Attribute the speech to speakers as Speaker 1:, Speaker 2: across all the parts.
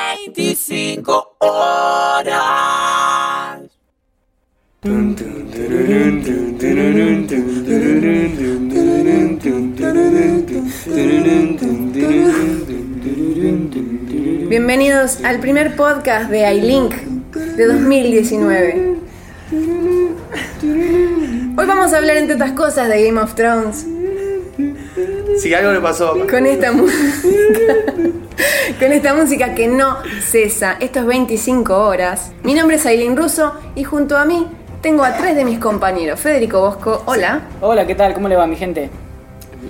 Speaker 1: 25 horas.
Speaker 2: Bienvenidos al primer podcast de iLink de 2019. Hoy vamos a hablar entre otras cosas de Game of Thrones
Speaker 3: Si algo le pasó.
Speaker 2: con esta música. Con esta música que no cesa. Estos 25 horas. Mi nombre es Aileen Russo y junto a mí tengo a tres de mis compañeros. Federico Bosco, hola.
Speaker 4: Hola, ¿qué tal? ¿Cómo le va mi gente?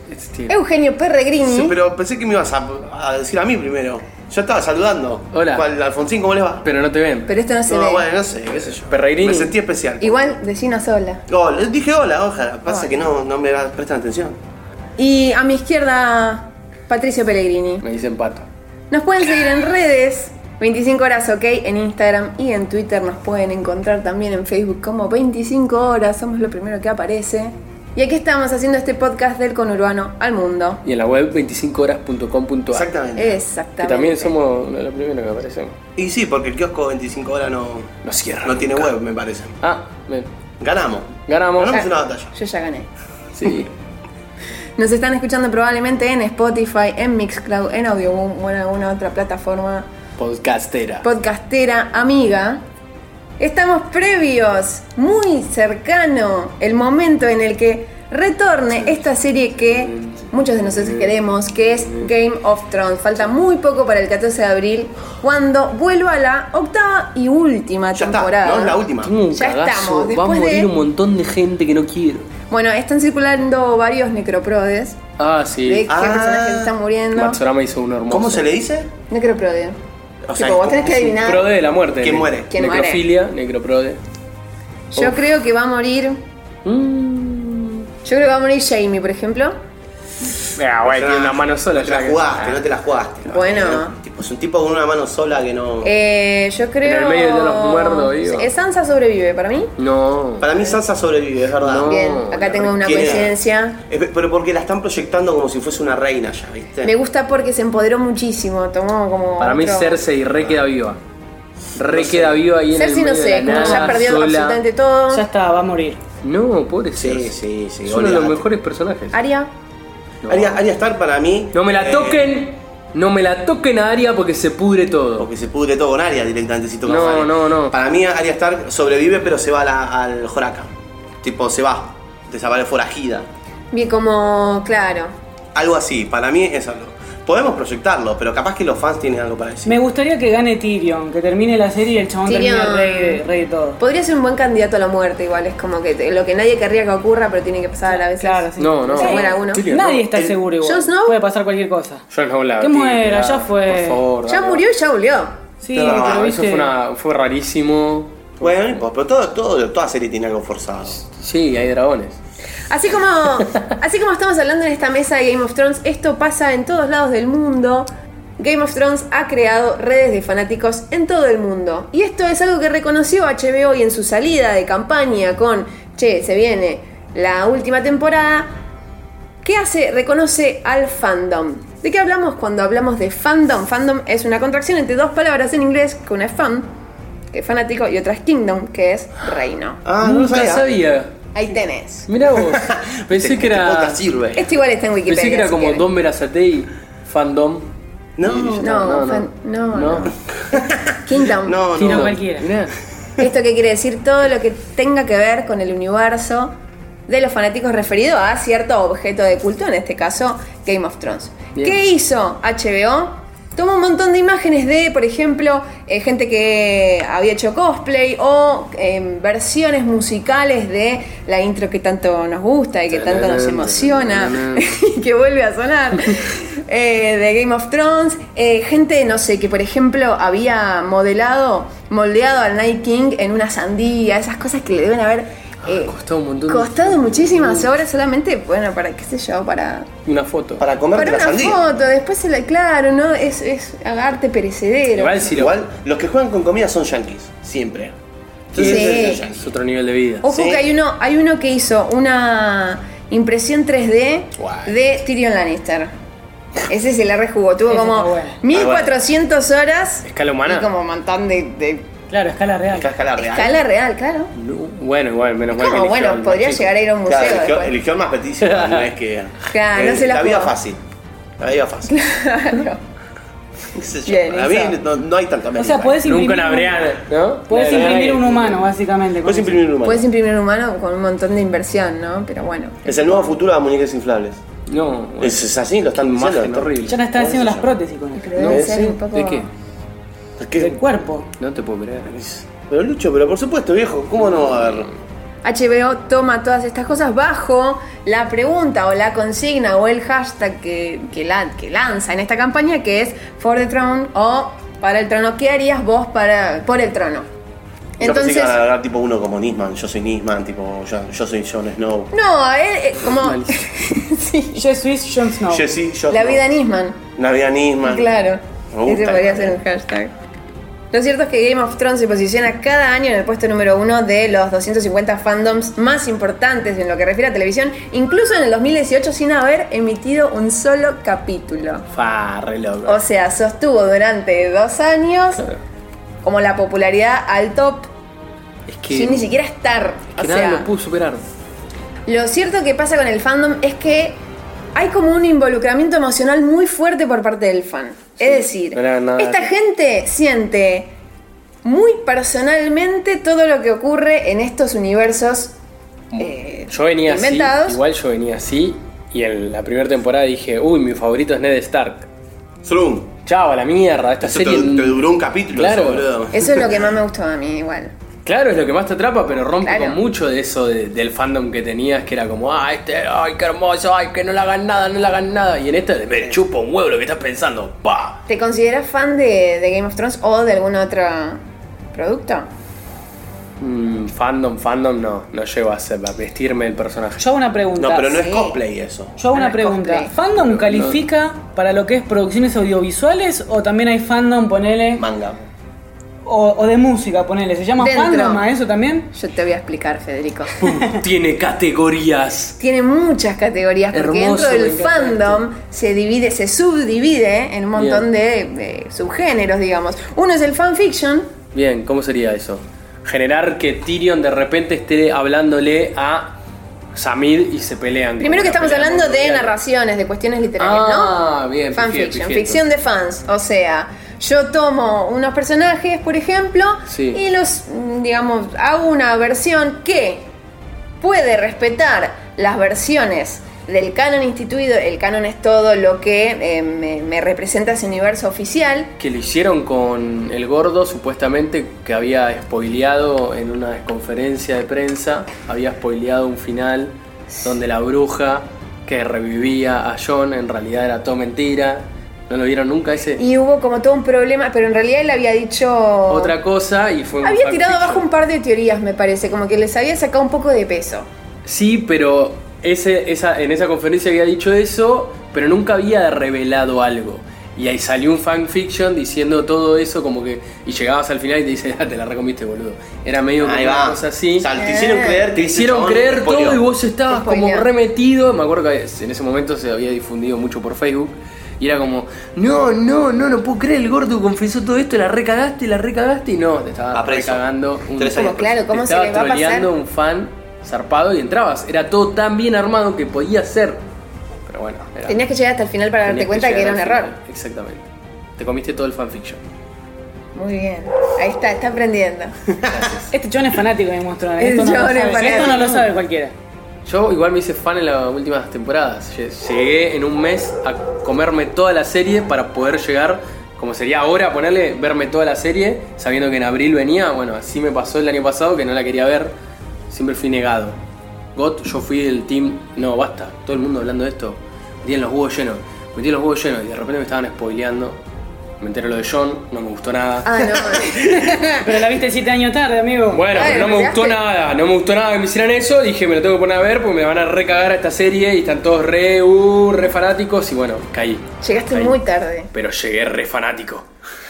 Speaker 3: Este,
Speaker 2: Eugenio
Speaker 3: sí,
Speaker 2: Perregrini.
Speaker 3: pero pensé que me ibas a, a decir a mí primero. Yo estaba saludando.
Speaker 5: Hola.
Speaker 3: ¿Cuál, Alfonsín, ¿cómo le va?
Speaker 5: Pero no te ven.
Speaker 2: Pero esto no se
Speaker 3: no,
Speaker 2: ve.
Speaker 3: bueno, no sé, qué sé yo.
Speaker 5: Perreirini.
Speaker 3: Me sentí especial.
Speaker 2: Igual, decinos hola.
Speaker 3: Oh, le dije hola, ojalá. Pasa que no, no me va- prestan atención.
Speaker 2: Y a mi izquierda, Patricio Pellegrini.
Speaker 5: Me dicen pato.
Speaker 2: Nos pueden seguir en redes. 25 horas ok en Instagram y en Twitter nos pueden encontrar también en Facebook como 25 horas, somos lo primero que aparece. Y aquí estamos haciendo este podcast del conurbano al mundo.
Speaker 5: Y en la web 25horas.com.ar.
Speaker 3: Exactamente.
Speaker 2: Exactamente.
Speaker 5: Que también somos uno de los primeros que aparecemos.
Speaker 3: Y sí, porque el kiosco 25 horas no,
Speaker 5: No cierra.
Speaker 3: no tiene web, me parece.
Speaker 5: Ah, ven.
Speaker 3: Ganamos.
Speaker 5: Ganamos.
Speaker 3: Ganamos
Speaker 2: Ah.
Speaker 3: una batalla.
Speaker 2: Yo ya gané.
Speaker 5: Sí.
Speaker 2: Nos están escuchando probablemente en Spotify, en Mixcloud, en Audioboom o en alguna otra plataforma
Speaker 5: Podcastera.
Speaker 2: Pues, podcastera amiga. Estamos previos, muy cercano, el momento en el que retorne esta serie que muchos de nosotros queremos, que es Game of Thrones. Falta muy poco para el 14 de abril, cuando vuelva la octava y última
Speaker 3: Ya está,
Speaker 2: temporada.
Speaker 3: no es la última.
Speaker 5: Tengo un
Speaker 2: Ya
Speaker 5: cagazo.
Speaker 2: estamos,
Speaker 5: Va a
Speaker 2: después
Speaker 5: morir
Speaker 2: de-
Speaker 5: un montón de gente que no quiero.
Speaker 2: Bueno, están circulando varios necroprodes
Speaker 5: Ah,
Speaker 2: de
Speaker 5: sí.
Speaker 2: qué
Speaker 3: Ah.
Speaker 2: personajes están muriendo.
Speaker 5: Matsurama hizo uno hermoso.
Speaker 3: ¿Cómo se le dice?
Speaker 2: Necroprode.
Speaker 3: O sea,
Speaker 2: Tipo, vos
Speaker 3: es-
Speaker 2: tenés que
Speaker 3: es un
Speaker 2: adivinar.
Speaker 5: Prode de la muerte.
Speaker 3: ¿Quién
Speaker 5: Ne-
Speaker 3: muere?
Speaker 2: ¿Quién muere?
Speaker 5: Necrofilia, necroprode.
Speaker 2: Yo
Speaker 5: Uf.
Speaker 2: creo que va a morir.
Speaker 5: Mm.
Speaker 2: Yo creo que va a morir Jamie, por ejemplo.
Speaker 5: Ah, bueno, tiene
Speaker 3: Ah,
Speaker 5: una mano sola.
Speaker 3: No te la
Speaker 5: ya que-
Speaker 3: jugaste, no te la jugaste.
Speaker 2: Bueno.
Speaker 3: Tipo, es un tipo con una mano sola que no.
Speaker 2: Eh, yo creo.
Speaker 5: En el medio de los muertos, digo.
Speaker 2: Eh, Sansa sobrevive para mí.
Speaker 5: No.
Speaker 3: Para mí Sansa sobrevive, es verdad.
Speaker 5: No.
Speaker 2: Bien, acá
Speaker 5: Oh, la
Speaker 2: tengo una
Speaker 3: ¿Quién era?
Speaker 2: coincidencia.
Speaker 3: Eh, pe- Pero porque la están proyectando como si fuese una reina ya, ¿viste?
Speaker 2: Me gusta porque se empoderó muchísimo. Tomó como.
Speaker 5: Para mí
Speaker 2: otro-
Speaker 5: Cersei re queda viva. Re
Speaker 3: No sé.
Speaker 5: queda viva ahí en
Speaker 2: Cersei
Speaker 5: el
Speaker 2: no
Speaker 5: medio de
Speaker 2: sé,
Speaker 5: la
Speaker 2: como ya
Speaker 5: nada,
Speaker 2: perdió
Speaker 5: sola.
Speaker 2: absolutamente todo.
Speaker 4: Ya está, va a morir.
Speaker 5: No, pobre
Speaker 3: Sí,
Speaker 5: Cersei.
Speaker 3: sí, sí,
Speaker 5: Es uno de los
Speaker 3: olvidate.
Speaker 5: mejores personajes.
Speaker 2: Aria.
Speaker 5: No.
Speaker 3: Aria, Aria Stark para mí.
Speaker 5: No me la
Speaker 3: eh,
Speaker 5: toquen, no me la toquen a Aria porque se pudre todo.
Speaker 3: Porque se pudre todo con Aria directamente si tocas
Speaker 5: No,
Speaker 3: a Aria.
Speaker 5: no, no.
Speaker 3: Para mí Aria Stark sobrevive pero se va a la- al Joraka. Tipo, se va. Desaparece forajida.
Speaker 2: Bien, como. Claro.
Speaker 3: Algo así, para mí es algo. Podemos proyectarlo, pero capaz que los fans tienen algo para decir.
Speaker 4: Me gustaría que gane Tyrion, que termine la serie y el chabón
Speaker 2: Tyrion.
Speaker 4: termine rey de, rey de todo.
Speaker 2: Podría ser un buen candidato a la muerte, igual. Es como que te- lo que nadie querría que ocurra, pero tiene que pasar a la vez.
Speaker 4: Claro, sí.
Speaker 5: No, no.
Speaker 2: Se muera uno.
Speaker 5: Tyrion, no.
Speaker 4: Nadie está
Speaker 3: El-
Speaker 4: seguro igual.
Speaker 2: Jon Snow.
Speaker 4: Puede pasar cualquier cosa.
Speaker 5: Jon Snow la
Speaker 4: Que
Speaker 5: tira,
Speaker 4: muera, ya fue.
Speaker 5: Por favor,
Speaker 2: Ya
Speaker 5: dale.
Speaker 2: murió y ya volvió.
Speaker 4: Sí,
Speaker 3: No,
Speaker 4: pero
Speaker 5: No, eso
Speaker 4: viste.
Speaker 5: fue, una- fue rarísimo.
Speaker 3: Bueno, no importa, pero todo, todo, toda serie tiene algo forzado.
Speaker 5: Sí, hay dragones.
Speaker 2: Así como, así como estamos hablando en esta mesa de Game of Thrones, esto pasa en todos lados del mundo. Game of Thrones ha creado redes de fanáticos en todo el mundo. Y esto es algo que reconoció HBO y en su salida de campaña con, che, se viene la última temporada. ¿Qué hace? Reconoce al fandom. ¿De qué hablamos cuando hablamos de fandom? Fandom es una contracción entre dos palabras en inglés, que una es fan, que es fanático, y otra es kingdom, que es reino.
Speaker 3: Ah, no lo
Speaker 5: Nunca
Speaker 3: sabía.
Speaker 5: sabía.
Speaker 2: Ahí tenés.
Speaker 5: Mirá vos. Pensé
Speaker 3: Este- este
Speaker 5: que era.
Speaker 3: podcast sirve.
Speaker 2: Esto igual está en Wikipedia.
Speaker 5: Pensé que era
Speaker 2: si
Speaker 5: como
Speaker 2: quieren.
Speaker 5: Don Verazatei, fandom.
Speaker 3: No,
Speaker 5: Y ya está.
Speaker 2: No,
Speaker 5: no,
Speaker 2: fan- no,
Speaker 5: no.
Speaker 2: no. Kingdom.
Speaker 3: No,
Speaker 4: Tira
Speaker 3: no.
Speaker 4: cualquiera.
Speaker 5: Mirá.
Speaker 2: Esto que quiere decir todo lo que tenga que ver con el universo de los fanáticos referido a cierto objeto de culto, en este caso Game of Thrones.
Speaker 5: Bien.
Speaker 2: ¿Qué hizo HBO? Tomó un montón de imágenes de, por ejemplo, eh, gente que había hecho cosplay o eh, versiones musicales de la intro que tanto nos gusta y que tanto nos emociona y que vuelve a sonar eh, de Game of Thrones. Eh, gente, no sé, que por ejemplo había modelado, moldeado al Night King en una sandía, esas cosas que le deben haber eh,
Speaker 5: costado Ah, un montón de-
Speaker 2: costado muchísimas horas solamente, bueno, para qué sé yo, para,
Speaker 5: Una foto.
Speaker 3: Para comerte
Speaker 2: para
Speaker 3: la
Speaker 2: una
Speaker 3: sandía.
Speaker 2: foto, después se la, claro, ¿no? Es, es arte perecedero.
Speaker 5: Igual si lo.
Speaker 3: Igual, los que juegan con comida son yankees, siempre.
Speaker 2: Sí.
Speaker 3: Entonces, son
Speaker 5: Es
Speaker 3: yankees.
Speaker 5: otro nivel de vida.
Speaker 2: Ojo
Speaker 3: Sí.
Speaker 2: que hay uno, hay uno que hizo una impresión 3D
Speaker 3: Guay.
Speaker 2: de Tyrion Lannister. Ese se la rejugó. Tuvo
Speaker 4: Ese
Speaker 2: como
Speaker 4: está bueno.
Speaker 2: 1400 horas.
Speaker 5: ¿Escala
Speaker 2: Y
Speaker 5: humana?
Speaker 2: como un montón de, de
Speaker 4: Claro, escala real.
Speaker 3: Escala real.
Speaker 2: escala real, claro.
Speaker 5: Bueno, igual, menos mal que
Speaker 2: Como
Speaker 5: eligió al
Speaker 2: bueno,
Speaker 5: más
Speaker 2: podría
Speaker 5: chico.
Speaker 2: llegar a ir a un museo.
Speaker 3: Claro, eligió,
Speaker 2: después.
Speaker 3: eligió el más peticio, no es que.
Speaker 2: Claro, no se la
Speaker 3: vida
Speaker 2: jugó.
Speaker 3: fácil. La vida fácil. Qué sé yo,
Speaker 2: Bien,
Speaker 3: Para mí
Speaker 2: esa.
Speaker 3: no, no hay tanto
Speaker 4: O sea,
Speaker 3: mérito.
Speaker 4: podés imprimir. un-
Speaker 5: Nunca una breana, ¿no?
Speaker 4: Podés
Speaker 5: La verdad
Speaker 4: imprimir
Speaker 5: que-
Speaker 4: un humano, básicamente. con
Speaker 3: Puedes
Speaker 4: eso.
Speaker 3: imprimir un humano.
Speaker 2: Puedes imprimir un humano con un montón de inversión, ¿no? Pero bueno.
Speaker 3: Es el nuevo futuro de las muñecas inflables.
Speaker 6: No, bueno,
Speaker 3: Es, es así, lo están diciendo.
Speaker 6: imagen horrible.
Speaker 4: Ya no están haciendo las prótesis con
Speaker 2: Pero
Speaker 4: esto.
Speaker 2: debe
Speaker 3: No,
Speaker 2: ser
Speaker 3: sí.
Speaker 2: un poco.
Speaker 6: ¿De qué?
Speaker 3: ¿Por
Speaker 4: Del
Speaker 3: qué?
Speaker 4: cuerpo.
Speaker 6: No te puedo creer.
Speaker 3: Pero Lucho, pero por supuesto, viejo, ¿cómo no va a haber?
Speaker 2: HBO toma todas estas cosas bajo la pregunta o la consigna o el hashtag que, que la- que lanza en esta campaña que es For the Throne o para el trono. ¿Qué harías vos para por el trono?
Speaker 3: Yo pensé que
Speaker 2: Entonces,
Speaker 3: iban a agarrar tipo uno como Nisman, yo soy Nisman, tipo, yo, yo soy Jon Snow.
Speaker 2: no, eh, eh, como sí,
Speaker 4: Je suis Jon Snow.
Speaker 3: Yo sí, yo.
Speaker 2: la vida Nisman.
Speaker 3: La vida Nisman.
Speaker 2: Claro.
Speaker 3: Me gusta
Speaker 2: Ese podría
Speaker 3: el-
Speaker 2: ser un hashtag. Lo cierto es que Game of Thrones se posiciona cada año en el puesto número uno de los 250 fandoms más importantes en lo que refiere a televisión, incluso en el 2018 sin haber emitido un solo capítulo.
Speaker 5: Fa, re loco.
Speaker 2: O sea, sostuvo durante dos años como la popularidad al top
Speaker 6: Es que,
Speaker 2: sin ni siquiera estar.
Speaker 6: que
Speaker 2: O
Speaker 6: nada
Speaker 2: sea,
Speaker 6: lo pudo superar.
Speaker 2: lo cierto que pasa con el fandom es que hay como un involucramiento emocional muy fuerte por parte del fan. es decir,
Speaker 5: no le hagan nada.
Speaker 2: esta gente siente muy personalmente todo lo que ocurre en estos universos. eh,
Speaker 5: Mm. Yo venía así,
Speaker 2: inventados.
Speaker 5: igual yo venía así, y en la primera temporada dije, uy, mi favorito es Ned Stark.
Speaker 3: Thrun.
Speaker 5: Chao, a la mierda, esta
Speaker 3: Eso te,
Speaker 5: serie...
Speaker 3: te duró un capítulo,
Speaker 5: Claro.
Speaker 3: eso, boludo.
Speaker 2: Eso es lo que más me gustó a mí, igual.
Speaker 5: Claro, es lo que más te atrapa, pero rompe
Speaker 2: Claro.
Speaker 5: con mucho de eso de- del fandom que tenías, que era como, ah, este, ay, qué hermoso, ay, que no le hagan nada, no le hagan nada. Y en esta, me chupo un huevo lo que estás pensando, pa.
Speaker 2: ¿Te consideras fan de, de Game of Thrones o de algún otro producto?
Speaker 5: Mm, fandom, fandom, no, no llego a, ser, a vestirme el personaje.
Speaker 4: Yo hago una pregunta.
Speaker 3: No, pero no es
Speaker 2: Sí.
Speaker 3: cosplay eso.
Speaker 4: Yo hago
Speaker 2: No
Speaker 4: una
Speaker 2: es
Speaker 4: pregunta.
Speaker 2: cosplay.
Speaker 4: ¿Fandom califica para lo que es producciones audiovisuales o también hay fandom, ponele,
Speaker 3: Manga.
Speaker 4: o, o de música, ponele? ¿Se llama
Speaker 2: Dentro.
Speaker 4: fandom a eso también?
Speaker 2: Yo te voy a explicar, Federico.
Speaker 6: Tiene categorías.
Speaker 2: Tiene muchas categorías porque
Speaker 6: Hermoso,
Speaker 2: dentro del
Speaker 6: me encanta
Speaker 2: fandom se divide, se subdivide en un montón de, de subgéneros, digamos. Uno es el fanfiction,
Speaker 5: Bien, ¿cómo sería eso? Generar que Tyrion de repente esté hablándole a Samid y se pelean.
Speaker 2: Primero que
Speaker 5: como
Speaker 2: estamos
Speaker 5: la pelea
Speaker 2: hablando de
Speaker 5: mundial.
Speaker 2: narraciones, de cuestiones literarias,
Speaker 5: Ah,
Speaker 2: ¿no?
Speaker 5: bien, pifié,
Speaker 2: Fanfiction,
Speaker 5: pifié,
Speaker 2: ficción de fans. O sea, yo tomo unos personajes, por ejemplo,
Speaker 5: Sí.
Speaker 2: y los, mm, digamos, hago una versión que puede respetar las versiones del canon instituido. El canon es todo lo que eh, me, me representa ese universo oficial.
Speaker 5: Que lo hicieron con el gordo, supuestamente, que había spoileado en una conferencia de prensa, había spoileado un final donde la bruja que revivía a John en realidad era todo mentira. ¿No lo vieron nunca ese?
Speaker 2: Y hubo como todo un problema, pero en realidad él había dicho...
Speaker 5: Otra cosa y fue un
Speaker 2: había tirado
Speaker 5: fanfiction.
Speaker 2: abajo un par de teorías, me parece, como que les había sacado un poco de peso.
Speaker 5: Sí, pero ese, esa, en esa conferencia había dicho eso, pero nunca había revelado algo. Y ahí salió un fanfiction diciendo todo eso, como que. Y llegabas al final y te dice, ah, te la recomiste, boludo. Era medio como
Speaker 3: Ahí
Speaker 5: una
Speaker 3: va.
Speaker 5: cosa así.
Speaker 3: O sea, te hicieron creer que
Speaker 5: te
Speaker 3: ese
Speaker 5: hicieron
Speaker 3: chabón
Speaker 5: creer
Speaker 3: polió.
Speaker 5: todo y vos estabas como
Speaker 2: Spoileó.
Speaker 5: remetido. Me acuerdo que en ese momento se había difundido mucho por Facebook. Y era como, no, no, no, no puedo creer, el gordo confesó todo esto, la recagaste, la recagaste. Y no, te estaba
Speaker 3: Va preso.
Speaker 5: recagando un
Speaker 3: Tres
Speaker 2: Como claro, ¿cómo
Speaker 5: te
Speaker 2: se
Speaker 5: estaba
Speaker 2: le va a pasar?
Speaker 5: troleando un fan zarpado y entrabas. Era todo tan bien armado que podía ser. Pero bueno, era-
Speaker 2: Tenías que llegar hasta el final para
Speaker 5: tenías
Speaker 2: darte cuenta que,
Speaker 5: llegar
Speaker 2: era un
Speaker 5: al
Speaker 2: error.
Speaker 5: final. Exactamente. Te comiste todo el fanfiction.
Speaker 2: Muy bien. Ahí está, está aprendiendo.
Speaker 4: Este chabón es fanático de monstruos.
Speaker 2: El
Speaker 4: Esto, no lo
Speaker 2: chabón es
Speaker 4: sabe.
Speaker 2: fanático.
Speaker 4: Esto no lo sabe cualquiera.
Speaker 5: Yo igual me hice fan en las últimas temporadas. Lle- Llegué en un mes a comerme toda la serie para poder llegar, como sería ahora, ponerle, verme toda la serie, sabiendo que en abril venía. Bueno, así me pasó el año pasado que no la quería ver. Siempre fui negado. Got, yo fui del team. No, basta. Todo el mundo hablando de esto. Metí en los huevos llenos. Metí en los huevos llenos y de repente me estaban spoileando. Me enteré lo de John, no me gustó nada.
Speaker 2: Ah, no.
Speaker 4: Pero la viste siete años tarde, amigo.
Speaker 5: Bueno,
Speaker 2: Ay,
Speaker 5: no me
Speaker 2: olvidaste.
Speaker 5: gustó nada, no me gustó nada que me hicieran eso, dije me lo tengo que poner a ver porque me van a recagar a esta serie y están todos re, uh, re fanáticos y bueno, caí.
Speaker 2: Llegaste
Speaker 5: Ahí.
Speaker 2: muy tarde.
Speaker 5: Pero llegué re fanático.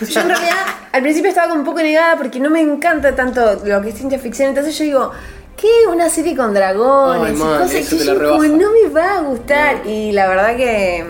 Speaker 2: Yo en realidad al principio estaba como un poco negada porque no me encanta tanto lo que es ciencia ficción. Entonces yo digo, ¿qué? Una serie con dragones
Speaker 5: Ay,
Speaker 2: y
Speaker 5: man,
Speaker 2: cosas
Speaker 5: eso
Speaker 2: que
Speaker 5: te la
Speaker 2: yo como
Speaker 5: rebaja.
Speaker 2: no me va a gustar. Y la verdad que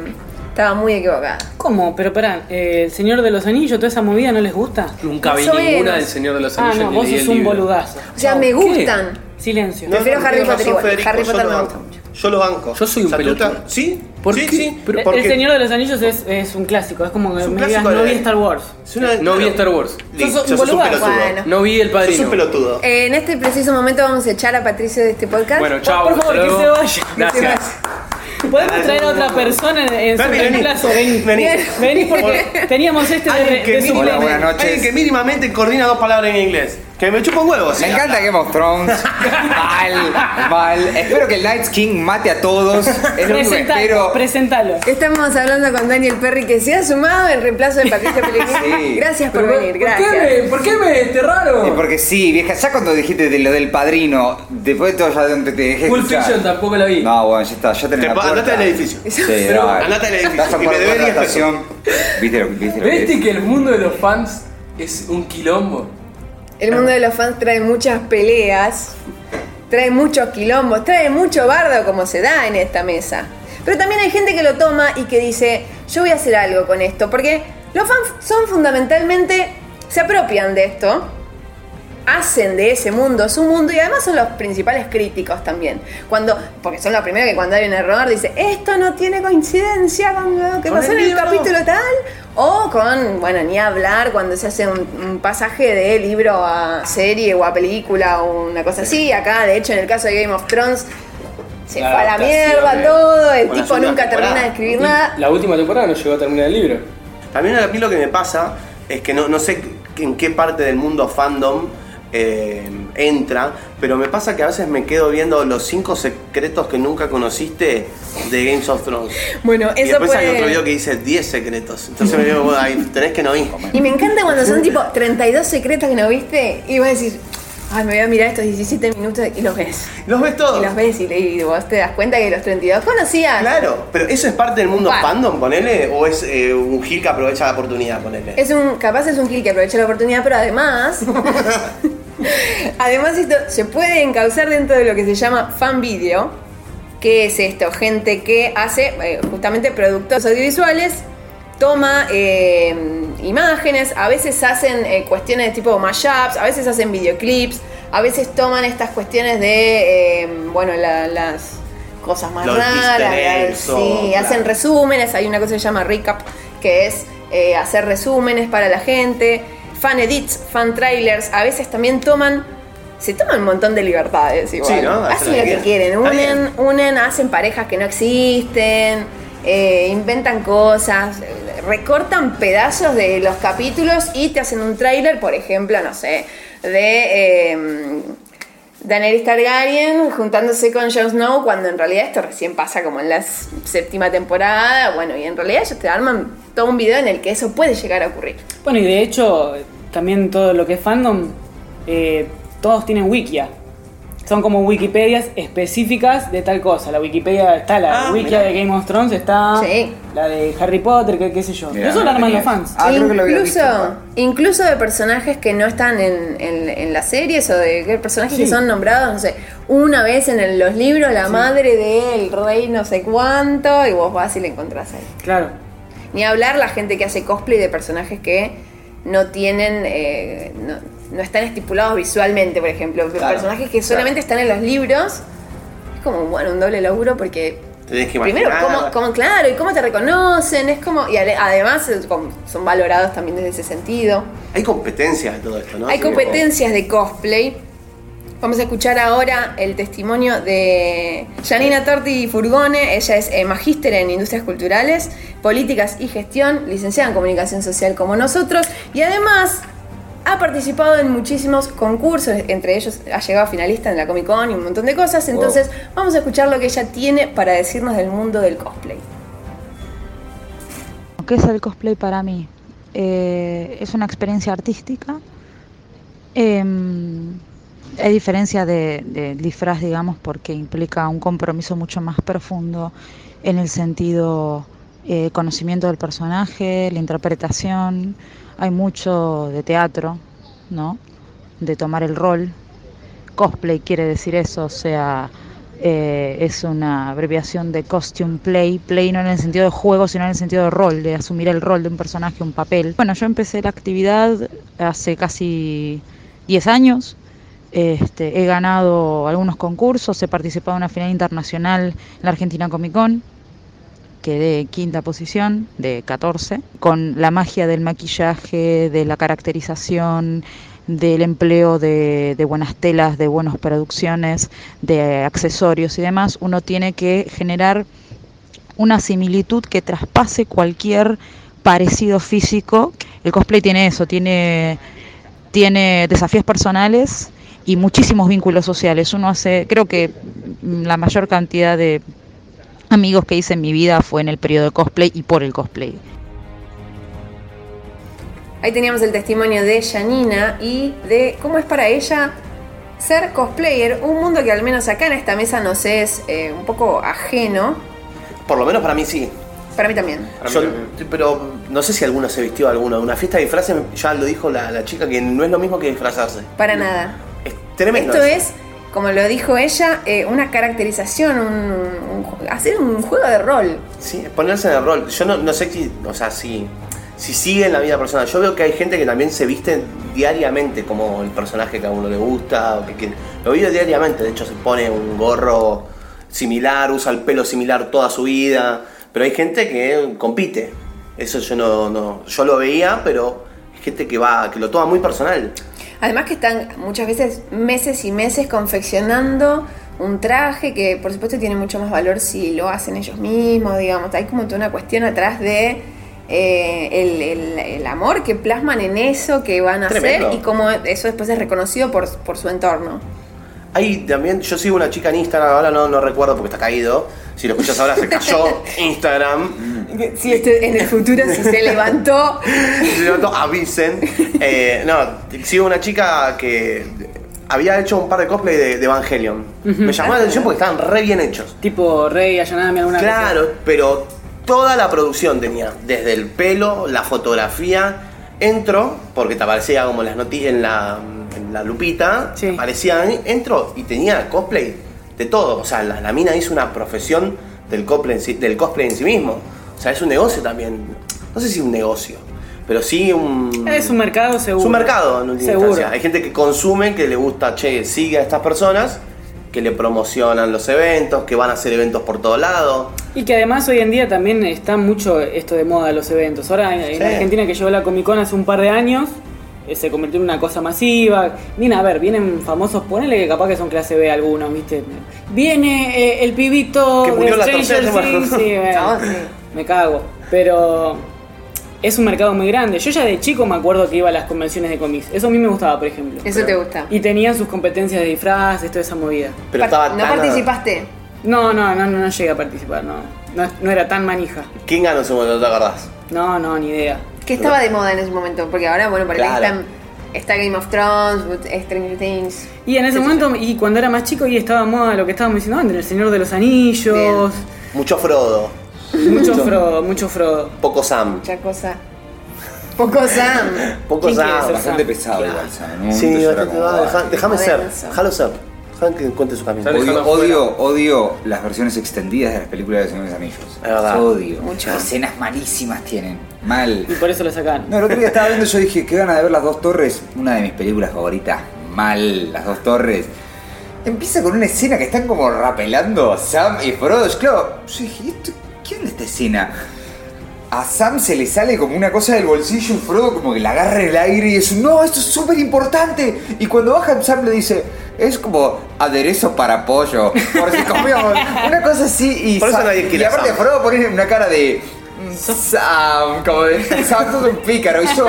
Speaker 2: Estaba muy equivocada.
Speaker 4: ¿Cómo? Pero pará, eh, el Señor de los Anillos, toda esa movida no les gusta.
Speaker 5: Nunca
Speaker 2: Más
Speaker 5: vi
Speaker 2: o
Speaker 5: ninguna
Speaker 2: menos.
Speaker 5: del Señor de los
Speaker 4: Ah,
Speaker 5: Anillos.
Speaker 4: no,
Speaker 5: ni
Speaker 4: vos
Speaker 5: leí el
Speaker 4: sos un
Speaker 5: libro.
Speaker 4: boludazo.
Speaker 2: O sea,
Speaker 5: No,
Speaker 2: me
Speaker 5: ¿qué?
Speaker 2: gustan.
Speaker 4: Silencio.
Speaker 2: No. Prefiero
Speaker 3: no,
Speaker 2: Harry
Speaker 3: tenés
Speaker 2: Potter igual. Harry
Speaker 3: yo
Speaker 2: Potter
Speaker 3: lo
Speaker 2: me
Speaker 3: banco.
Speaker 2: gusta mucho.
Speaker 3: Yo lo banco.
Speaker 5: Yo soy un
Speaker 3: ¿Satuta?
Speaker 5: pelotudo.
Speaker 3: ¿Sí?
Speaker 5: ¿Por
Speaker 3: sí,
Speaker 5: qué?
Speaker 3: sí.
Speaker 5: Pero-
Speaker 4: El-
Speaker 3: ¿Por
Speaker 4: el
Speaker 3: qué?
Speaker 4: Señor de los Anillos es, es un clásico, es como que
Speaker 3: Es un
Speaker 4: me digas,
Speaker 3: clásico
Speaker 4: no
Speaker 3: de-
Speaker 4: vi Star Wars.
Speaker 3: Es una-
Speaker 5: No vi
Speaker 3: claro.
Speaker 5: Star Wars.
Speaker 3: Listo,
Speaker 4: Sos un
Speaker 3: sos un
Speaker 4: boludo.
Speaker 3: pelotudo.
Speaker 2: Bueno.
Speaker 5: No vi el
Speaker 3: Sos
Speaker 5: padrino.
Speaker 3: un pelotudo.
Speaker 2: Eh, en este preciso momento vamos a echar a Patricio de este podcast.
Speaker 5: Bueno, chao.
Speaker 4: Por favor,
Speaker 5: hasta
Speaker 4: que
Speaker 5: luego.
Speaker 4: se vaya.
Speaker 5: Gracias.
Speaker 4: Podemos traer a otra persona en,
Speaker 3: Vení,
Speaker 4: en su
Speaker 3: vení.
Speaker 4: reemplazo, vení.
Speaker 3: Vení.
Speaker 4: Vení porque teníamos este de,
Speaker 3: Alguien que,
Speaker 4: de
Speaker 3: mínimamente-
Speaker 4: suplente.
Speaker 7: buenas noches.
Speaker 3: alguien que mínimamente coordina dos palabras en inglés. Que me chupa un huevo. sí.
Speaker 7: Me encanta Game of Thrones. Mal, mal. Espero que el Night King mate a todos. Es lo único que
Speaker 4: Presentalo,
Speaker 7: espero.
Speaker 4: presentalo.
Speaker 2: Estamos hablando con Daniel Perry que se ha sumado en reemplazo de Patricio Pellegrini.
Speaker 7: Sí.
Speaker 2: Gracias por venir,
Speaker 6: ¿Por
Speaker 2: gracias.
Speaker 6: qué me, por qué me
Speaker 7: Y
Speaker 5: este
Speaker 6: enterraron?
Speaker 7: Eh, porque sí, vieja, ya cuando dijiste de lo del padrino, después de todo ya te, te dejé.
Speaker 6: Pulp
Speaker 7: escuchar.
Speaker 6: Fiction tampoco la vi.
Speaker 7: No, bueno, ya está, ya tenés
Speaker 3: Te
Speaker 7: la
Speaker 3: pa-
Speaker 7: puerta.
Speaker 3: andate del edificio.
Speaker 7: Sí, no,
Speaker 3: Andate del edificio
Speaker 7: Estás a
Speaker 3: y me
Speaker 7: cuarto
Speaker 3: debes
Speaker 7: de la
Speaker 3: 10 pesos.
Speaker 7: estación. ¿Viste lo, viste lo que
Speaker 6: ¿Viste
Speaker 7: es?
Speaker 6: que el mundo de los fans es un quilombo?
Speaker 2: El mundo de los fans trae muchas peleas, trae muchos quilombos, trae mucho bardo como se da en esta mesa. Pero también hay gente que lo toma y que dice, yo voy a hacer algo con esto, porque los fans son fundamentalmente, se apropian de esto, hacen de ese mundo su mundo y además son los principales críticos también. Cuando, porque son los primeros que cuando hay un error dice, esto no tiene coincidencia con lo que
Speaker 3: Con
Speaker 2: pasó
Speaker 3: el
Speaker 2: en el
Speaker 3: libro".
Speaker 2: capítulo tal. O con, bueno, ni hablar cuando se hace un, un pasaje de libro a serie o a película o una cosa así. Acá, de hecho, en el caso de Game of Thrones, se
Speaker 5: La
Speaker 2: fue a la
Speaker 5: adaptación,
Speaker 2: mierda
Speaker 5: eh.
Speaker 2: todo, el
Speaker 3: Con la
Speaker 2: tipo
Speaker 3: segunda
Speaker 2: nunca termina
Speaker 3: temporada.
Speaker 2: de escribir nada.
Speaker 5: La última temporada no llegó a terminar el libro.
Speaker 3: A mí, a mí lo que me pasa es que no, no sé en qué parte del mundo fandom eh, entra, pero me pasa que a veces me quedo viendo los cinco secretos que nunca conociste de Games of Thrones.
Speaker 2: Bueno,
Speaker 3: y
Speaker 2: eso
Speaker 3: después hay
Speaker 2: puede-
Speaker 3: otro video que dice 10 secretos. Entonces me digo, "Ay, tenés que no ir.
Speaker 2: Y me encanta cuando son tipo 32 secretos que no viste y vas a decir, ay, me voy a mirar estos 17 minutos y los ves.
Speaker 3: ¿Los ves todos?
Speaker 2: Y los ves y, le- y vos te das cuenta que los 32 conocías.
Speaker 3: Claro, pero ¿eso es parte del mundo
Speaker 2: Pa.
Speaker 3: fandom, ponele? ¿O es eh, un gil que aprovecha la oportunidad, ponele?
Speaker 2: Es un, capaz es un clic que aprovecha la oportunidad, pero además. además, esto se puede encauzar dentro de lo que se llama fan video. que es esto? Gente que hace eh, justamente productos audiovisuales, toma eh, imágenes, a veces hacen eh, cuestiones de tipo mashups, a veces hacen videoclips, a veces toman estas cuestiones de, eh, bueno, la- las cosas más
Speaker 3: Los
Speaker 2: raras,
Speaker 3: easter
Speaker 2: la-
Speaker 3: eggs,
Speaker 2: sí,
Speaker 3: o- claro.
Speaker 2: hacen resúmenes, hay una cosa que se llama recap, que es eh, hacer resúmenes para la gente, fan edits, fan trailers, a veces también toman, se toman un montón de libertades igual.
Speaker 3: Sí, ¿no?
Speaker 2: Hacen lo que quieren,
Speaker 3: Está bien.
Speaker 2: unen, unen, hacen parejas que no existen, eh, inventan cosas, eh, recortan pedazos de los capítulos y te hacen un tráiler, por ejemplo, no sé, de eh, Daenerys Targaryen juntándose con Jon Snow cuando en realidad esto recién pasa como en la s- séptima temporada, bueno, y en realidad ellos te arman todo un video en el que eso puede llegar a ocurrir.
Speaker 4: Bueno, y de hecho, también todo lo que es fandom, eh, todos tienen wikia. Son como Wikipedias específicas de tal cosa. La Wikipedia está, la
Speaker 3: Ah,
Speaker 4: Wikia
Speaker 3: mirá.
Speaker 4: de Game of Thrones está,
Speaker 2: Sí.
Speaker 4: la de Harry Potter, que- qué, sé yo.
Speaker 7: Mirá,
Speaker 4: Eso
Speaker 7: no
Speaker 4: lo arman los
Speaker 7: tenía.
Speaker 4: fans.
Speaker 7: Ah, creo que lo había
Speaker 2: incluso,
Speaker 7: visto.
Speaker 2: incluso de personajes que no están en, en- en las series o de que personajes que
Speaker 4: Sí.
Speaker 2: son nombrados, no sé, una vez en el- los libros, la madre del rey no sé cuánto, y vos vas y la encontrás ahí.
Speaker 4: Claro.
Speaker 2: Ni hablar la gente que hace cosplay de personajes que no tienen, eh, no, no están estipulados visualmente, por ejemplo,
Speaker 3: Claro,
Speaker 2: personajes que solamente están en los libros. Es como, bueno, un doble laburo porque
Speaker 3: Tenés que imaginar.
Speaker 2: Primero, ¿cómo, cómo- claro, y cómo te reconocen, es como. Y ale- además es como- son valorados también desde ese sentido.
Speaker 3: Hay competencias de todo esto, ¿no?
Speaker 2: Hay
Speaker 3: Así que-
Speaker 2: competencias de cosplay. Vamos a escuchar ahora el testimonio de Janina Torti Furgone. Ella es eh, magíster en Industrias Culturales, Políticas y Gestión, licenciada en Comunicación Social como nosotros y además ha participado en muchísimos concursos, entre ellos ha llegado a finalista en la Comic Con y un montón de cosas. Entonces vamos a escuchar lo que ella tiene para decirnos del mundo del cosplay.
Speaker 8: ¿Qué es el cosplay para mí? Eh, es una experiencia artística. Em, hay diferencia de, de disfraz, digamos, porque implica un compromiso mucho más profundo en el sentido eh, conocimiento del personaje, la interpretación. Hay mucho de teatro, ¿no? De tomar el rol. Cosplay quiere decir eso, o sea, eh, es una abreviación de costume play, play no en el sentido de juego, sino en el sentido de rol, de asumir el rol de un personaje, un papel. Bueno, yo empecé la actividad hace casi 10 años. Este, he ganado algunos concursos, he participado en una final internacional en la Argentina Comic Con, quedé quinta posición de 14, con la magia del maquillaje, de la caracterización, del empleo de, de buenas telas, de buenas producciones, de accesorios y demás, uno tiene que generar una similitud que traspase cualquier parecido físico. El cosplay tiene eso, tiene, tiene desafíos personales y muchísimos vínculos sociales. Uno hace, creo que mm, la mayor cantidad de amigos que hice en mi vida fue en el periodo de cosplay y por el cosplay.
Speaker 2: Ahí teníamos el testimonio de Janina y de cómo es para ella ser cosplayer, un mundo que al menos acá en esta mesa nos es eh, un poco ajeno.
Speaker 3: Por lo menos para mí sí.
Speaker 2: Para mí también.
Speaker 3: Yo- pero no sé si alguno se vistió de alguna. Una fiesta de disfraces, ya lo dijo la, la chica, que no es lo mismo que disfrazarse.
Speaker 2: Para nada.
Speaker 3: Es tremendo.
Speaker 2: Esto
Speaker 3: eso.
Speaker 2: es, como lo dijo ella, eh, una caracterización, un- un- hacer un juego de rol.
Speaker 3: Sí, ponerse en el rol. Yo no, no sé si, o sea, si, si sigue en la vida personal. Yo veo que hay gente que también se viste diariamente como el personaje que a uno le gusta. O que, que- lo vive diariamente. De hecho, se pone un gorro similar, usa el pelo similar toda su vida. Pero hay gente que compite. Eso yo no, no yo lo veía, pero hay gente que va, que lo toma muy personal.
Speaker 2: Además que están muchas veces meses y meses confeccionando un traje que por supuesto tiene mucho más valor si lo hacen ellos mismos, digamos. Hay como toda una cuestión atrás de eh, el, el- el amor que plasman en eso que van a
Speaker 3: Tremendo.
Speaker 2: hacer y cómo eso después es reconocido por, por su entorno.
Speaker 3: Hay también, yo sigo una chica en Instagram, ahora no, no recuerdo porque está caído. Si lo escuchas ahora se cayó Instagram.
Speaker 2: Si este, en el futuro si se levantó,
Speaker 3: Se levantó, avisen. Eh, no, sigo una chica que había hecho un par de cosplay de, de Evangelion. Me llamó la atención porque estaban re bien hechos.
Speaker 4: Tipo Rey, Ayanami, alguna cosa.
Speaker 3: Claro, pero toda la producción tenía, desde el pelo, la fotografía. Entro, porque te aparecía como las noticias en la, en la lupita,
Speaker 4: Sí.
Speaker 3: aparecían, entro y tenía cosplay de todo. O sea, la, la mina hizo una profesión del cosplay, en sí, del cosplay en sí mismo. O sea, es un negocio también. No sé si un negocio, pero sí un.
Speaker 4: Es un mercado seguro.
Speaker 3: Es un mercado en última
Speaker 4: Seguro.
Speaker 3: instancia. Hay gente que consume, que le gusta, che, sigue a estas personas, que le promocionan los eventos, que van a hacer eventos por todo lado.
Speaker 4: Y que además hoy en día también está mucho esto de moda los eventos. Ahora en, en
Speaker 3: Sí.
Speaker 4: Argentina que llegó la Comic Con hace un par de años, eh, se convirtió en una cosa masiva. Vienen, a ver, vienen famosos, ponele que capaz que son clase B algunos, ¿viste? Viene eh, el pibito
Speaker 3: Que murió
Speaker 4: de
Speaker 3: la
Speaker 4: Stranger
Speaker 3: tercera
Speaker 4: Things,
Speaker 3: semana.
Speaker 4: sí, bueno,
Speaker 2: Chabón, Ah, sí.
Speaker 4: me cago. Pero es un mercado muy grande. Yo ya de chico me acuerdo que iba a las convenciones de cómics. Eso a mí me gustaba, por ejemplo.
Speaker 2: eso te gusta.
Speaker 4: Y tenían sus competencias de disfraz, toda esa movida.
Speaker 3: Pero
Speaker 2: Par-
Speaker 3: estaba
Speaker 2: no
Speaker 3: tan-
Speaker 2: participaste.
Speaker 4: No, no, no, no, no llegué a participar, no. No, no era tan manija.
Speaker 3: ¿Quién ganó ese momento? ¿No te acordás?
Speaker 4: No, no, ni idea.
Speaker 2: Que estaba de moda en ese momento, porque ahora, bueno, por ahí
Speaker 3: Claro.
Speaker 2: están- está Game of Thrones, Stranger Things.
Speaker 4: Y en ese momento, y cuando era más chico, y estaba moda lo que estábamos diciendo antes, el Señor de los Anillos,
Speaker 3: Mucho Frodo,
Speaker 4: mucho Frodo, mucho Frodo.
Speaker 3: poco Sam.
Speaker 2: Mucha cosa. Poco Sam.
Speaker 3: Poco
Speaker 4: ¿Quién quiere
Speaker 3: Sam.
Speaker 4: ser
Speaker 7: Bastante pesado igual, ¿saben?
Speaker 3: Sí, bastante- ah, deja- déjame
Speaker 2: Joder,
Speaker 3: ser,
Speaker 2: Sam.
Speaker 3: déjalo ser. Dejan que cuente su camino.
Speaker 5: Dale.
Speaker 7: Odio, odio, odio las versiones extendidas de las películas de Señor de los Anillos.
Speaker 3: Es verdad.
Speaker 7: Odio.
Speaker 2: Mucho.
Speaker 7: Escenas malísimas tienen. Mal.
Speaker 4: Y por eso lo sacaron.
Speaker 7: No, el otro día estaba viendo, yo dije, qué ganas de ver Las Dos Torres, una de mis películas favoritas. Mal, Las Dos Torres. Empieza con una escena que están como rapelando a Sam y Frodo. Yo, Claro, yo dije, ¿esto- ¿qué onda esta escena? A Sam se le sale como una cosa del bolsillo y Frodo como que le agarra el aire y es, no, esto es súper importante. Y cuando baja Sam le dice, es como aderezo para pollo, por si comíamos, una cosa así. Y,
Speaker 3: Por eso
Speaker 7: Sam-
Speaker 3: nadie quiere
Speaker 7: y
Speaker 3: a
Speaker 7: aparte
Speaker 3: Sam.
Speaker 7: Frodo pone una cara de... "Mm, Sam, como de, Sam, sos un pícaro. Y yo,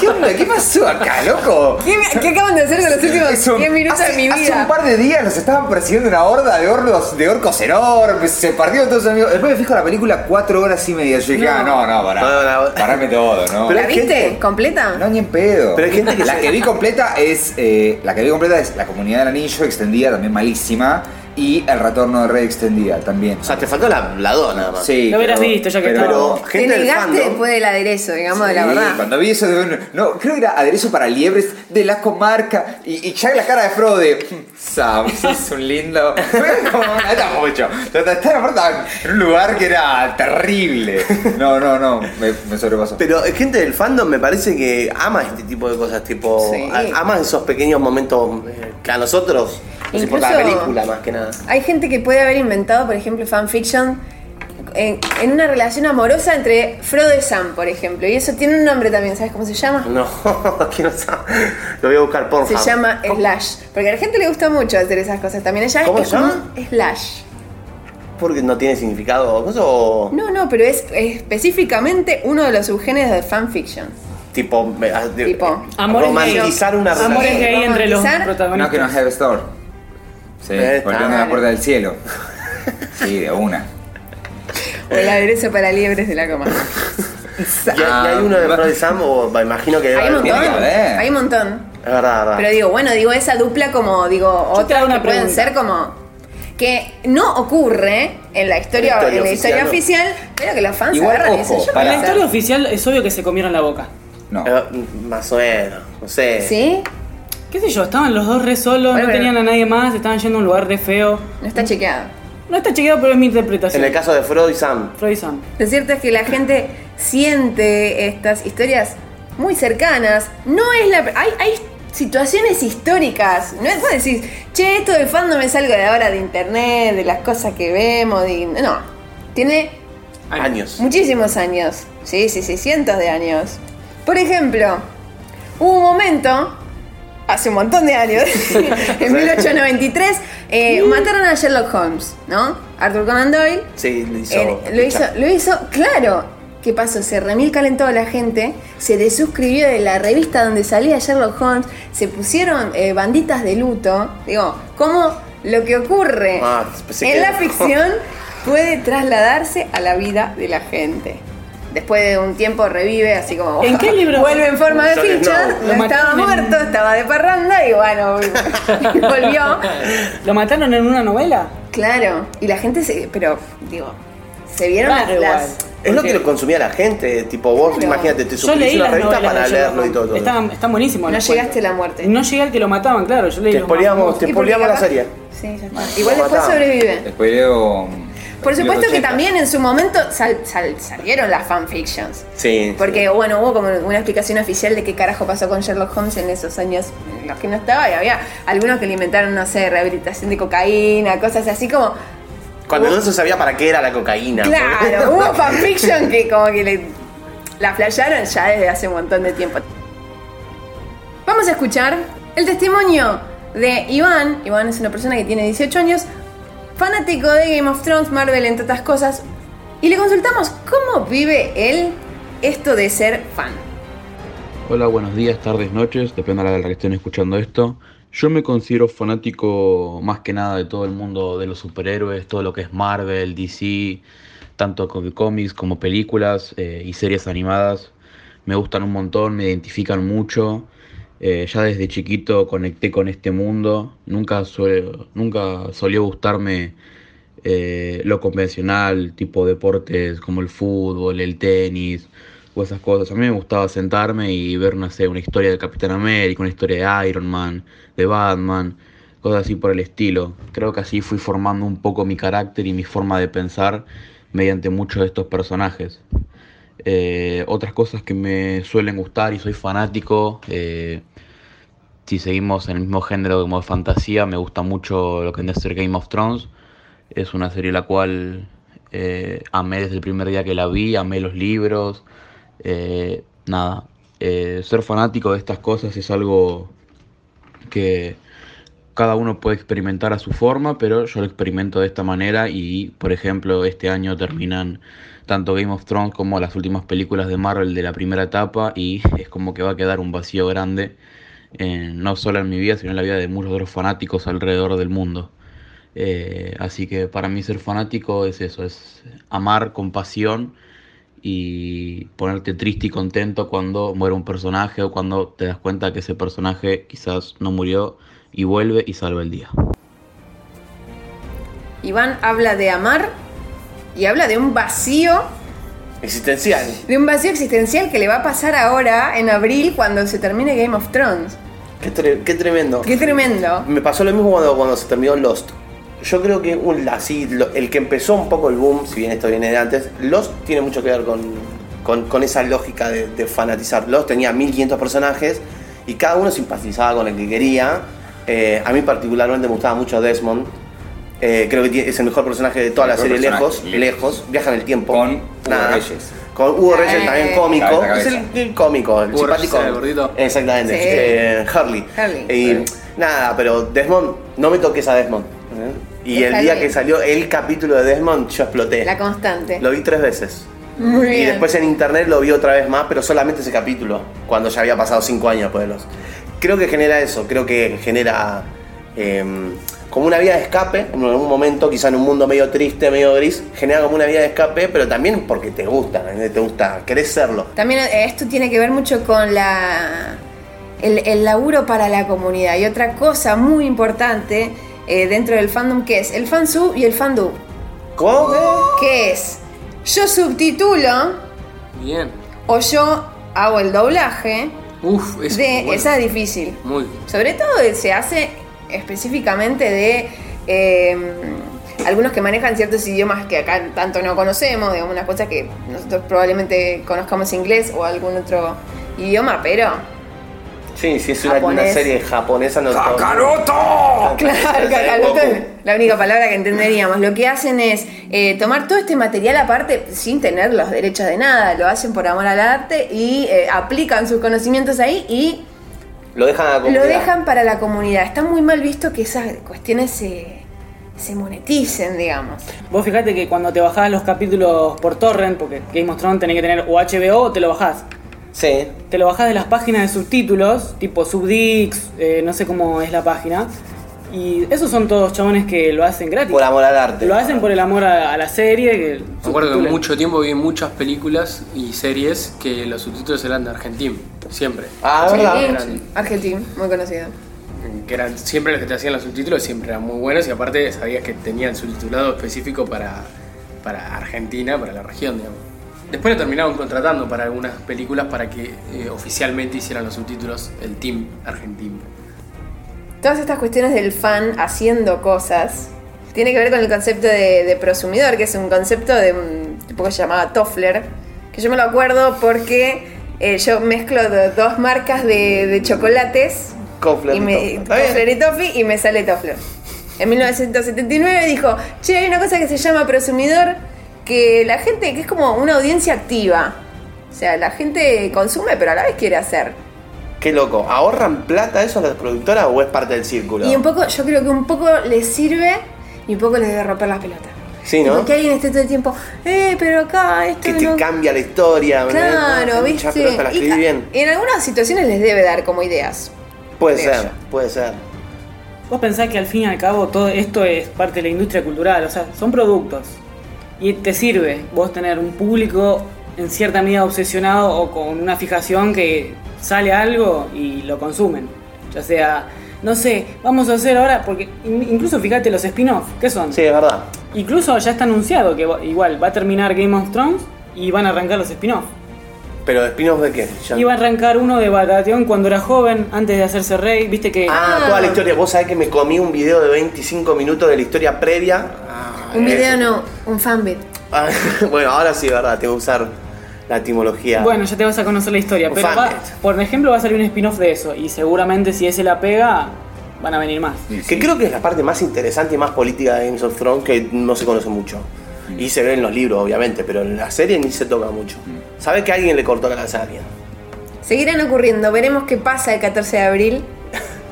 Speaker 7: ¿qué onda? ¿Qué pasó acá, loco?
Speaker 2: ¿Qué, me- qué acaban de hacer con los
Speaker 7: Hace
Speaker 2: últimos
Speaker 7: un-
Speaker 2: 10 minutos
Speaker 7: hace,
Speaker 2: de mi
Speaker 7: hace un
Speaker 2: vida?
Speaker 7: par de días nos estaban persiguiendo una horda de orcos, de orcos enormes, se partieron todos los amigos. Después me fijo la película cuatro horas y media. Yo dije, ah, no, no, pará.
Speaker 3: No, no.
Speaker 7: Parame todo, ¿no?
Speaker 3: Pero
Speaker 2: ¿La
Speaker 3: hay
Speaker 2: viste?
Speaker 3: gente-
Speaker 2: ¿Completa?
Speaker 7: no, ni en pedo.
Speaker 3: Pero hay gente que
Speaker 7: la
Speaker 3: se-
Speaker 7: que vi completa es. eh, la que vi completa es La Comunidad del Anillo, extendida, también malísima. y El retorno de Rey Extendida también.
Speaker 3: O sea, te faltó la, la dos nada más.
Speaker 7: Sí.
Speaker 4: Lo hubieras visto ya que
Speaker 7: pero,
Speaker 3: Pero
Speaker 7: pero-
Speaker 2: Te
Speaker 3: gente del
Speaker 2: negaste
Speaker 3: fandom.
Speaker 2: después del aderezo, digamos, de la
Speaker 7: Sí,
Speaker 2: verdad.
Speaker 7: Cuando vi eso, digo, no, no, creo que era aderezo para liebres de la comarca. Y, y ya la cara de Frodo de. "Mm, Sam, es un lindo. Fue como, "Ah, está mucho. Estaba aparte en un lugar que era terrible. No, no, no. Me, me sobrepasó.
Speaker 3: Pero eh, gente del fandom me parece que ama este tipo de cosas, tipo
Speaker 2: Sí.
Speaker 3: a- ama esos pequeños momentos eh, que a nosotros nos importa la
Speaker 2: Incluso-
Speaker 3: película más que nada.
Speaker 2: Hay gente que puede haber inventado, por ejemplo, fanfiction en, en una relación amorosa entre Frodo y Sam, por ejemplo. Y eso tiene un nombre también, ¿sabes cómo se llama?
Speaker 3: No, que no sabe. Lo voy a buscar por
Speaker 2: Se llama Slash. Porque a la gente le gusta mucho hacer esas cosas también. Ella
Speaker 3: ¿Cómo
Speaker 2: es
Speaker 3: se llama?
Speaker 2: como Slash.
Speaker 3: Porque no tiene significado o cosa, o
Speaker 2: No, no, pero es específicamente uno de los subgéneros de fanfiction.
Speaker 3: tipo, me- ah, de-
Speaker 2: Tipo,
Speaker 4: Amores
Speaker 3: romantizar
Speaker 4: gay.
Speaker 3: una relación.
Speaker 4: Amores gay entre los
Speaker 2: Romantizar.
Speaker 7: No,
Speaker 4: protagonistas.
Speaker 7: que no have a store. Sí,
Speaker 3: Eh,
Speaker 7: golpeando
Speaker 3: dale.
Speaker 7: la puerta del cielo. Sí, de una.
Speaker 2: o el aderezo para liebres de la comarca.
Speaker 3: ¿Y, hay- y hay uno de Frodo y Sam o me imagino que debe
Speaker 2: Hay un
Speaker 3: haber
Speaker 2: montón.
Speaker 3: uno.
Speaker 7: que haber.
Speaker 2: Hay un montón.
Speaker 3: Es verdad, es verdad.
Speaker 2: Pero digo, bueno, digo esa dupla como, digo,
Speaker 4: Yo te
Speaker 2: otra
Speaker 4: hago
Speaker 2: que
Speaker 4: una
Speaker 2: pueden
Speaker 4: pregunta.
Speaker 2: ser como. que no ocurre en la historia,
Speaker 3: La historia
Speaker 2: en la historia
Speaker 3: oficial,
Speaker 2: oficial, pero que los fans
Speaker 7: Igual,
Speaker 2: agarran y
Speaker 7: ojo,
Speaker 2: dicen, yo
Speaker 7: para-
Speaker 4: En la
Speaker 2: quiero hacer.
Speaker 4: historia oficial es obvio que se comieron la boca.
Speaker 7: No.
Speaker 3: Eh, más o menos, no sé.
Speaker 2: ¿Sí?
Speaker 4: ¿Qué sé yo? Estaban los dos re solos,
Speaker 2: Bueno,
Speaker 4: no
Speaker 2: pero-
Speaker 4: tenían a nadie más, estaban yendo a un lugar re feo.
Speaker 2: No está chequeado.
Speaker 4: No está chequeado, pero es mi interpretación.
Speaker 3: En el caso de Frodo y Sam.
Speaker 4: Freud y Sam.
Speaker 2: Lo cierto es que la gente siente estas historias muy cercanas. No es la. Hay, hay situaciones históricas. No es vos decís, che, esto del fandom es algo de ahora de internet, de las cosas que vemos. de-". No. Tiene
Speaker 3: Años.
Speaker 2: muchísimos años. Sí, sí, sí, cientos de años. Por ejemplo, hubo un momento. Hace un montón de años, en 1893, eh, mataron a Sherlock Holmes, ¿no? Arthur Conan Doyle
Speaker 3: Sí, lo hizo.
Speaker 2: eh, lo, hizo, lo hizo, claro. ¿Qué pasó? Se remil calentó a la gente, se desuscribió de la revista donde salía Sherlock Holmes, se pusieron eh, banditas de luto. Digo, ¿cómo lo que ocurre
Speaker 3: Ah, pensé
Speaker 2: en
Speaker 3: que-
Speaker 2: la ficción puede trasladarse a la vida de la gente? Después de un tiempo revive, así como.
Speaker 4: ¿En qué libro?
Speaker 2: Vuelve en forma de
Speaker 3: Yo que
Speaker 2: ficha, no
Speaker 3: no.
Speaker 4: Lo
Speaker 2: estaba
Speaker 4: mataron en-
Speaker 2: muerto, estaba de parranda y bueno, volvió.
Speaker 4: ¿Lo mataron en una novela?
Speaker 2: Claro, y la gente se. Pero, digo, se vieron
Speaker 4: Claro,
Speaker 2: las-
Speaker 4: igual.
Speaker 2: las
Speaker 3: Es lo que lo consumía la gente, tipo vos,
Speaker 2: Claro.
Speaker 3: imagínate, te
Speaker 4: Yo
Speaker 3: suscribís
Speaker 4: leí
Speaker 3: a
Speaker 4: las
Speaker 3: la revista
Speaker 4: novelas
Speaker 3: para
Speaker 4: de
Speaker 3: leerlo
Speaker 4: Sherlock
Speaker 3: y
Speaker 4: Holmes.
Speaker 3: todo. todo.
Speaker 4: Están, están buenísimos
Speaker 2: No
Speaker 4: los
Speaker 2: llegaste a
Speaker 4: cuentos.
Speaker 2: la muerte.
Speaker 4: No llegué al que lo mataban, claro. Yo leí
Speaker 3: Te
Speaker 4: los más-
Speaker 3: spoileamos, te
Speaker 2: Y porque
Speaker 3: spoileamos la
Speaker 2: capaz-
Speaker 3: serie.
Speaker 2: Sí, ya está. Igual
Speaker 3: Lo
Speaker 2: después
Speaker 3: mataban.
Speaker 2: sobrevive.
Speaker 7: Spoileo.
Speaker 2: Por supuesto que
Speaker 7: 80.
Speaker 2: también en su momento sal- sal- salieron las fanfictions.
Speaker 3: Sí.
Speaker 2: Porque, bueno, hubo como una explicación oficial de qué carajo pasó con Sherlock Holmes en esos años en los que no estaba. Y había algunos que le inventaron, no sé, rehabilitación de cocaína, cosas así como.
Speaker 3: Cuando no se sabía para qué era la cocaína.
Speaker 2: Claro, hubo fanfiction que como que le, la flasharon ya desde hace un montón de tiempo. Vamos a escuchar el testimonio de Iván. Iván es una persona que tiene 18 años, fanático de Game of Thrones, Marvel, entre otras cosas. Y le consultamos cómo vive él esto de ser fan.
Speaker 9: Hola, buenos días, tardes, noches, depende de la hora que estén escuchando esto. Yo me considero fanático más que nada de todo el mundo de los superhéroes, todo lo que es Marvel, DC, tanto co- cómics como películas eh, y series animadas. Me gustan un montón, me identifican mucho. Eh, ya desde chiquito conecté con este mundo. Nunca, suelo- nunca solió gustarme eh, lo convencional, tipo deportes como el fútbol, el tenis o esas cosas. A mí me gustaba sentarme y ver, no sé, una historia de Capitán América, una historia de Iron Man, de Batman, cosas así por el estilo. Creo que así fui formando un poco mi carácter y mi forma de pensar mediante muchos de estos personajes. Eh, otras cosas que me suelen gustar y soy fanático, eh, si seguimos en el mismo género como de fantasía, me gusta mucho lo que viene a ser Game of Thrones. Es una serie la cual eh, amé desde el primer día que la vi, amé los libros. eh, nada, eh, ser fanático de estas cosas es algo que cada uno puede experimentar a su forma, pero yo lo experimento de esta manera y, por ejemplo, este año terminan tanto Game of Thrones como las últimas películas de Marvel de la primera etapa y es como que va a quedar un vacío grande, eh, no solo en mi vida, sino en la vida de muchos otros fanáticos alrededor del mundo. Eh, así que para mí ser fanático es eso, es amar con pasión y ponerte triste y contento cuando muere un personaje o cuando te das cuenta que ese personaje quizás no murió y vuelve y salva el día.
Speaker 2: Iván habla de amar y habla de un vacío
Speaker 3: Existencial.
Speaker 2: de un vacío existencial que le va a pasar ahora en abril cuando se termine Game of Thrones.
Speaker 3: Qué, tre- qué tremendo.
Speaker 2: Qué tremendo.
Speaker 3: Me pasó lo mismo cuando, cuando se terminó Lost. Yo creo que un, así, lo- el que empezó un poco el boom, si bien esto viene de antes, Lost tiene mucho que ver con, con, con esa lógica de, de fanatizar. Lost tenía 1500 personajes y cada uno simpatizaba con el que quería. Eh, a mí particularmente me gustaba mucho Desmond. Eh, creo que tie- es el mejor personaje de toda
Speaker 7: El
Speaker 3: la
Speaker 7: mejor
Speaker 3: serie lejos,
Speaker 7: personaje.
Speaker 3: lejos, viaja en el tiempo.
Speaker 7: Con Hugo Reyes.
Speaker 3: Con Hugo Reyes
Speaker 2: Eh.
Speaker 3: también cómico.
Speaker 7: Cabeza, cabeza.
Speaker 3: Es el, el cómico, el
Speaker 5: Hugo
Speaker 3: simpático.
Speaker 5: Reyes, el gordito.
Speaker 3: Exactamente.
Speaker 2: Sí.
Speaker 3: Eh, Hurley.
Speaker 2: Hurley.
Speaker 3: Y nada, pero Desmond, no me toques a Desmond. ¿eh? Y
Speaker 2: Está
Speaker 3: el día
Speaker 2: bien.
Speaker 3: que salió el capítulo de Desmond, yo exploté.
Speaker 2: La constante.
Speaker 3: Lo vi tres veces.
Speaker 2: Muy bien.
Speaker 3: Y después en internet lo vi otra vez más, pero solamente ese capítulo, cuando ya había pasado cinco años pues, de los. Creo que genera eso, creo que genera eh, como una vía de escape, en algún momento, quizá en un mundo medio triste, medio gris, genera como una vía de escape, pero también porque te gusta, ¿eh? te gusta, querés serlo.
Speaker 2: También eh, esto tiene que ver mucho con la el, el laburo para la comunidad. Y otra cosa muy importante eh, dentro del fandom que es el fansub y el fandub.
Speaker 3: ¿Cómo?
Speaker 2: Que es yo subtitulo
Speaker 5: Bien.
Speaker 2: o yo hago el doblaje
Speaker 5: Uf, es
Speaker 2: de...
Speaker 5: bueno.
Speaker 2: Esa es difícil.
Speaker 5: Muy.
Speaker 2: Sobre todo eh, se hace específicamente de eh, algunos que manejan ciertos idiomas que acá tanto no conocemos, digamos, unas cosas que nosotros probablemente conozcamos inglés o algún otro idioma, pero
Speaker 3: Sí, sí, es una,
Speaker 2: Japonés.
Speaker 3: una serie japonesa. No
Speaker 7: ¡Cacaroto!
Speaker 2: claro,
Speaker 3: Sí,
Speaker 2: Cacaroto
Speaker 3: Goku.
Speaker 2: es la única palabra que entenderíamos. Lo que hacen es eh, tomar todo este material aparte sin tener los derechos de nada, lo hacen por amor al arte y eh, aplican sus conocimientos ahí y
Speaker 3: Lo dejan a la
Speaker 2: Lo
Speaker 3: comunidad.
Speaker 2: dejan para la comunidad. Está muy mal visto que esas cuestiones se, se moneticen, digamos.
Speaker 4: Vos fijate que cuando te bajás los capítulos por torrent, porque Game of Thrones tenés que tener o HBO o te lo bajás.
Speaker 3: Sí.
Speaker 4: Te lo bajás de las páginas de subtítulos, tipo Subdix, eh, no sé cómo es la página. Y esos son todos chabones que lo hacen gratis.
Speaker 3: Por amor al arte.
Speaker 4: Lo hacen por el amor a, a la serie. Que
Speaker 5: Me acuerdo que
Speaker 4: subtitulan.
Speaker 5: mucho tiempo vi muchas películas y series que los subtítulos eran de argentino, siempre.
Speaker 3: Ah,
Speaker 2: Sí,
Speaker 3: ¿verdad?
Speaker 2: Argentino, muy conocido.
Speaker 5: Que eran siempre los que te hacían los subtítulos, siempre eran muy buenos y aparte sabías que tenían subtitulado específico para, para Argentina, para la región, digamos. Después lo terminaron contratando para algunas películas para que eh, oficialmente hicieran los subtítulos el team argentino.
Speaker 2: Todas estas cuestiones del fan haciendo cosas tiene que ver con el concepto de, de prosumidor, que es un concepto de un tipo que se llamaba Toffler, que yo me lo acuerdo porque eh, yo mezclo do- dos marcas de, de chocolates
Speaker 3: Cofler
Speaker 2: y
Speaker 3: y
Speaker 2: me,
Speaker 3: Toffler. Está
Speaker 2: Toffler
Speaker 3: bien.
Speaker 2: y Toffee, y me sale Toffler. En 1979 dijo, che, hay una cosa que se llama prosumidor, que la gente, que es como una audiencia activa. O sea, la gente consume, pero a la vez quiere hacer.
Speaker 3: Qué loco. ¿Ahorran plata eso las productoras o es parte del círculo?
Speaker 2: Y un poco, yo creo que un poco les sirve y un poco les debe romper las pelotas.
Speaker 3: Sí, ¿no?
Speaker 2: Porque alguien esté todo el tiempo, eh, pero acá esto
Speaker 3: que te ¿eh?
Speaker 2: no-
Speaker 3: cambia la historia. ¿verdad?
Speaker 2: Claro,
Speaker 3: Ah,
Speaker 2: viste.
Speaker 3: mucha pelota, la
Speaker 2: Y
Speaker 3: escribí
Speaker 2: ca-
Speaker 3: bien.
Speaker 2: En algunas situaciones les debe dar como ideas.
Speaker 3: Puede
Speaker 2: creo
Speaker 3: ser, puede ser.
Speaker 4: Vos pensás que al fin y al cabo todo esto es parte de la industria cultural, o sea, son productos. Y te sirve vos tener un público en cierta medida obsesionado o con una fijación que sale algo y lo consumen. Ya sea, no sé, vamos a hacer ahora, porque in- incluso fíjate los spin-off, ¿qué son?
Speaker 3: Sí, es verdad.
Speaker 4: Incluso ya está anunciado que va- igual va a terminar Game of Thrones y van a arrancar los spin-off.
Speaker 3: Pero spin-off de qué? Ya-
Speaker 4: Y va a arrancar uno de Baratheon cuando era joven, antes de hacerse rey, viste que...
Speaker 3: Ah,
Speaker 2: Ah.
Speaker 3: toda la historia. Vos sabés que me comí un video de 25 minutos de la historia previa.
Speaker 2: Un
Speaker 3: Ah, eso.
Speaker 2: video no, un fanbit.
Speaker 3: Ah, bueno, ahora sí, verdad. Tengo que usar la etimología.
Speaker 4: Bueno, ya te vas a conocer la historia,
Speaker 3: Un
Speaker 4: pero
Speaker 3: fan
Speaker 4: va-
Speaker 3: net.
Speaker 4: por ejemplo va a salir un spin-off de eso y seguramente si ese la pega van a venir más.
Speaker 3: Que creo que es la parte más interesante y más política de Games of Thrones que no se conoce mucho. Y se ve en los libros, obviamente, pero en la serie ni se toca mucho. Sabe que alguien le cortó la cabeza a alguien.
Speaker 2: Seguirán ocurriendo, veremos qué pasa el 14 de abril.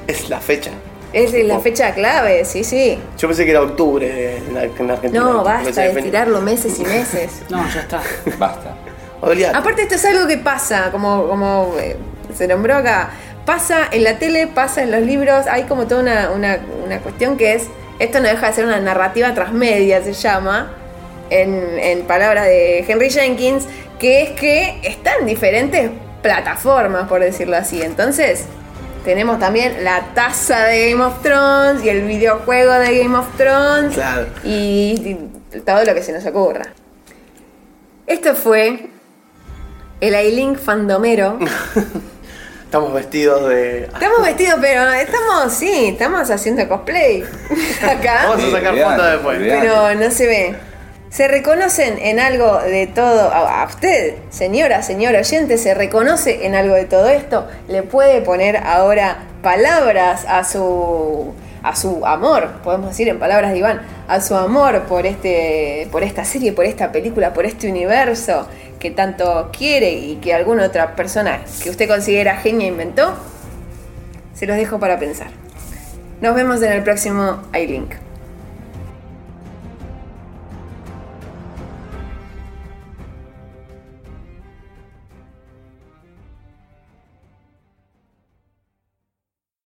Speaker 3: Es la fecha.
Speaker 2: Es la fecha clave, sí, sí.
Speaker 3: Yo pensé que era octubre en la- en Argentina.
Speaker 2: No,
Speaker 3: Pensé
Speaker 2: basta
Speaker 3: que
Speaker 2: de
Speaker 3: fue-
Speaker 2: estirarlo meses y meses.
Speaker 4: No, ya está.
Speaker 7: Basta.
Speaker 3: Olvidate.
Speaker 2: Aparte esto es algo que pasa, como, como eh, se nombró acá, pasa en la tele, pasa en los libros, hay como toda una, una- una cuestión que es, esto no deja de ser una narrativa transmedia, se llama, en, en palabras de Henry Jenkins, que es que está en diferentes plataformas, por decirlo así. Entonces, Tenemos también la taza de Game of Thrones y el videojuego de Game of Thrones.
Speaker 3: Claro.
Speaker 2: Y, y todo lo que se nos ocurra. Esto fue el Ailink fandomero.
Speaker 3: Estamos vestidos de.
Speaker 2: Estamos vestidos, pero estamos, sí, estamos haciendo cosplay acá,
Speaker 3: Vamos a sacar
Speaker 7: Olvidate,
Speaker 3: fotos después.
Speaker 7: olvidate.
Speaker 2: pero no se ve. ¿Se reconocen en algo de todo? A a usted, señora, señor oyente, ¿se reconoce en algo de todo esto? ¿Le puede poner ahora palabras a su a su amor, podemos decir en palabras de Iván, a su amor por este por esta serie, por esta película, por este universo que tanto quiere y que alguna otra persona que usted considera genia inventó? Se los dejo para pensar. Nos vemos en el próximo iLink.